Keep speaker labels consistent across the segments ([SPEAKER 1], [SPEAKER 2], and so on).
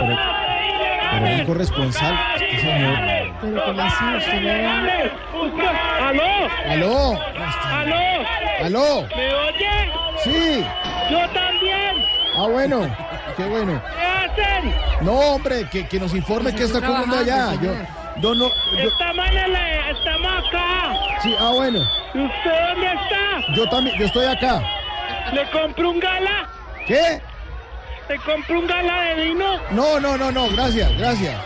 [SPEAKER 1] Pero, pero era un corresponsal, este señor.
[SPEAKER 2] Pero como así, usted no...
[SPEAKER 3] ¡Aló!
[SPEAKER 1] ¡Aló! Este-
[SPEAKER 3] ¡Aló!
[SPEAKER 1] ¡Aló!
[SPEAKER 3] ¿Me oye?
[SPEAKER 1] ¡Sí!
[SPEAKER 3] ¡Yo también!
[SPEAKER 1] Ah, bueno, qué bueno.
[SPEAKER 3] ¿Qué hacen?
[SPEAKER 1] No, hombre, que, que nos informe qué está ocurriendo allá. Yo, yo no, yo-
[SPEAKER 3] Estamos, en la, estamos acá.
[SPEAKER 1] sí, ah, bueno,
[SPEAKER 3] ¿Y usted dónde está?
[SPEAKER 1] yo también, yo estoy acá.
[SPEAKER 3] ¿Le compro un gala?
[SPEAKER 1] ¿Qué?
[SPEAKER 3] ¿Le compro un gala de vino?
[SPEAKER 1] No, no, no, no, gracias, gracias.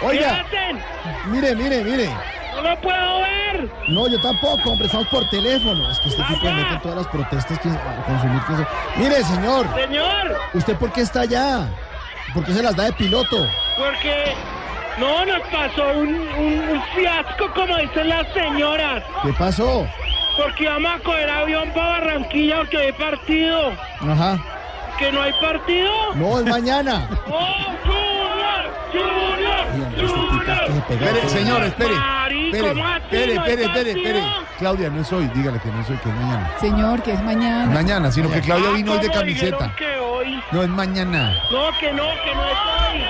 [SPEAKER 3] ¿Qué
[SPEAKER 1] Oiga,
[SPEAKER 3] hacen?
[SPEAKER 1] mire, mire, mire.
[SPEAKER 3] ¡No lo puedo ver!
[SPEAKER 1] No, yo tampoco, hombre, estamos por teléfono. Es que este tipo
[SPEAKER 3] Acá.
[SPEAKER 1] mete todas las protestas que a consumir que se- Mire, señor,
[SPEAKER 3] Señor,
[SPEAKER 1] ¿usted por qué está allá? ¿Por qué se las da de piloto?
[SPEAKER 3] porque... No, nos pasó un, un, un fiasco, como dicen las señoras.
[SPEAKER 1] ¿Qué pasó?
[SPEAKER 3] Porque vamos a coger avión para Barranquilla porque hay partido.
[SPEAKER 1] Ajá.
[SPEAKER 3] ¿Que no hay partido?
[SPEAKER 1] No, es mañana.
[SPEAKER 3] ¡Oh, Junior! ¡Junior!
[SPEAKER 1] Este tipo es que se pega
[SPEAKER 4] Espere,
[SPEAKER 1] todo.
[SPEAKER 4] señor, espere.
[SPEAKER 3] Marico,
[SPEAKER 4] Espere,
[SPEAKER 3] Mati,
[SPEAKER 4] espere,
[SPEAKER 3] no
[SPEAKER 4] espere,
[SPEAKER 3] hay
[SPEAKER 4] espere, espere.
[SPEAKER 3] partido.
[SPEAKER 4] Claudia, no es hoy, dígale que no es hoy, que es mañana.
[SPEAKER 2] Señor, que es mañana.
[SPEAKER 4] Mañana, sino que Claudia
[SPEAKER 3] Ah,
[SPEAKER 4] vino hoy de
[SPEAKER 3] ¿cómo dijeron
[SPEAKER 4] camiseta.
[SPEAKER 3] que hoy?
[SPEAKER 4] No, es mañana.
[SPEAKER 3] No, que no, que no estoy.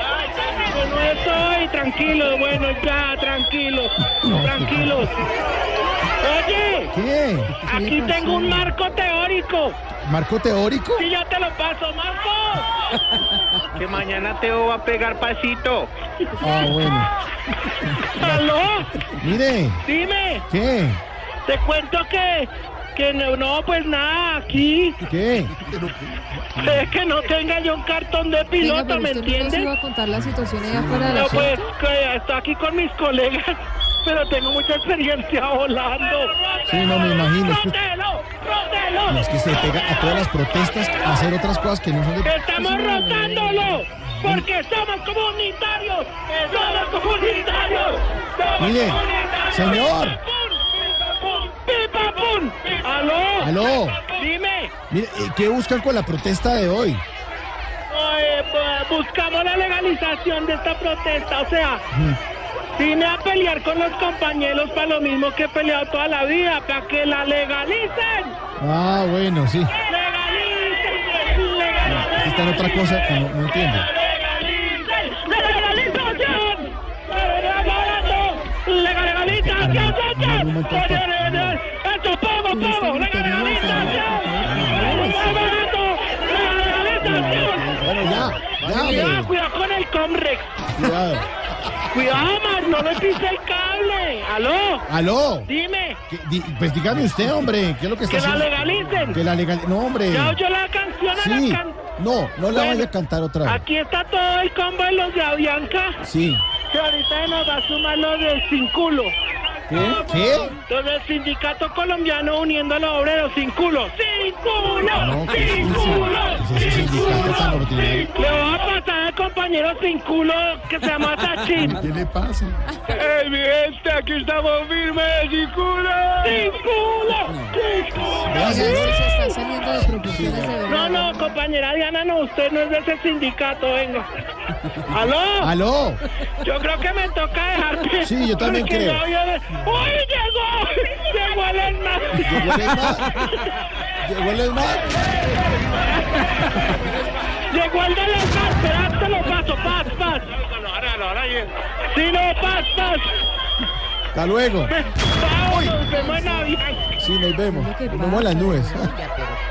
[SPEAKER 3] Que no estoy. Tranquilo, bueno, ya, tranquilo. Tranquilo. Oye,
[SPEAKER 1] ¿Qué?
[SPEAKER 3] aquí tengo un marco teórico.
[SPEAKER 1] ¿Marco teórico?
[SPEAKER 3] Sí, ya te lo paso, Marco. Que mañana Teo va a pegar pasito.
[SPEAKER 1] Ah, bueno.
[SPEAKER 3] ¿Aló?
[SPEAKER 1] Mire,
[SPEAKER 3] Dime,
[SPEAKER 1] ¿qué?
[SPEAKER 3] te cuento que... Que no, no, pues nada, aquí...
[SPEAKER 1] ¿Qué?
[SPEAKER 3] Es que no tenga yo un cartón de
[SPEAKER 2] Venga,
[SPEAKER 3] piloto,
[SPEAKER 2] pero
[SPEAKER 3] ¿me
[SPEAKER 2] usted no nos
[SPEAKER 3] entiendes?
[SPEAKER 2] iba a contar la situación allá afuera de la
[SPEAKER 3] No,
[SPEAKER 2] ciudad.
[SPEAKER 3] pues que estoy aquí con mis colegas, pero tengo mucha experiencia volando.
[SPEAKER 1] Sí, no me imagino.
[SPEAKER 3] ¡Rótelo!
[SPEAKER 1] No,
[SPEAKER 3] ¡Rótelo!
[SPEAKER 1] es que se pega a todas las protestas a hacer otras cosas que no son de...
[SPEAKER 3] ¡Estamos rotándolo! ¡Porque somos comunitarios! ¡Somos comunitarios! ¡Somos
[SPEAKER 1] Mire,
[SPEAKER 3] comunitarios!
[SPEAKER 1] señor.
[SPEAKER 3] ¡Pum, ¡Pipa, pum! ¡Aló!
[SPEAKER 1] Aló.
[SPEAKER 3] Dime,
[SPEAKER 1] Mire, eh, ¿qué buscan con la protesta de hoy?
[SPEAKER 3] eh, bu- buscamos la legalización de esta protesta, o sea... Vine a pelear con los compañeros para lo mismo que he peleado toda la vida, para que la legalicen.
[SPEAKER 1] Ah, bueno, sí.
[SPEAKER 3] ¡Legalicen! ¡Legalicen!
[SPEAKER 1] Está en otra cosa que no, no entiendo.
[SPEAKER 3] ¡Legalicen! ¡Legalización! ¡Legalización! ¡Legalización! ¡Esto poco, poco! ¡Legalización!
[SPEAKER 1] Bueno, ya, ya,
[SPEAKER 3] Cuidado,
[SPEAKER 1] hombre.
[SPEAKER 3] cuidado con el Comrex.
[SPEAKER 1] Cuidado.
[SPEAKER 3] Cuidado, man, no le pise el cable. ¿Aló?
[SPEAKER 1] Aló.
[SPEAKER 3] Dime,
[SPEAKER 1] ¿Qué- di- pues dígame usted, hombre, ¿qué es lo que está
[SPEAKER 3] que la
[SPEAKER 1] haciendo?
[SPEAKER 3] legalicen.
[SPEAKER 1] Que la legal... No, hombre.
[SPEAKER 3] Ya oyó la canción a
[SPEAKER 1] Sí.
[SPEAKER 3] la can...
[SPEAKER 1] No, no la
[SPEAKER 3] Bueno,
[SPEAKER 1] vaya a cantar otra vez.
[SPEAKER 3] Aquí está todo el combo de los de Avianca.
[SPEAKER 1] Sí.
[SPEAKER 3] Que ahorita nos va a sumar los del Cinculo.
[SPEAKER 1] ¿Qué? ¿Qué?
[SPEAKER 3] Los del Sindicato Colombiano uniendo a los obreros sin culo. ¡Sin culo!
[SPEAKER 1] No, ¿qué es
[SPEAKER 3] ¡Sin
[SPEAKER 1] eso?
[SPEAKER 3] culo!
[SPEAKER 1] ¿Qué es ese
[SPEAKER 3] ¡Sin
[SPEAKER 1] sindicato tan
[SPEAKER 3] culo!
[SPEAKER 1] ordinario?
[SPEAKER 3] Le voy a pasar al compañero sin culo que se llama Tachín.
[SPEAKER 4] ¿Qué le pasa?
[SPEAKER 3] ¡Ey, mi gente! ¡Aquí estamos firmes! ¡Sin culo! ¡Sin culo! ¡Sin culo!
[SPEAKER 2] Oiga, se está saliendo de proporciones
[SPEAKER 3] No,
[SPEAKER 2] de verdad.
[SPEAKER 3] no, compañera Diana, no, usted no es de ese sindicato, venga. ¿Aló?
[SPEAKER 1] Aló.
[SPEAKER 3] Yo creo que me toca dejarte.
[SPEAKER 1] Sí, yo también
[SPEAKER 3] porque
[SPEAKER 1] creo.
[SPEAKER 3] ya viene- ¡Uy, llegó! ¡Llegó el Hernán!
[SPEAKER 1] Llegó el ESMAD. Llegó el ESMAD.
[SPEAKER 3] ¡Llegó el de los más! ¡Esperad, te lo paso! ¡Paz, paz! ¡Sí, no, paz, paz!
[SPEAKER 1] Hasta luego.
[SPEAKER 3] ¡Vamos, nos vemos en Navidad!
[SPEAKER 1] Sí, nos vemos.
[SPEAKER 2] Lo que
[SPEAKER 1] Nos vemos en las nubes.
[SPEAKER 2] pasa, oiga, pero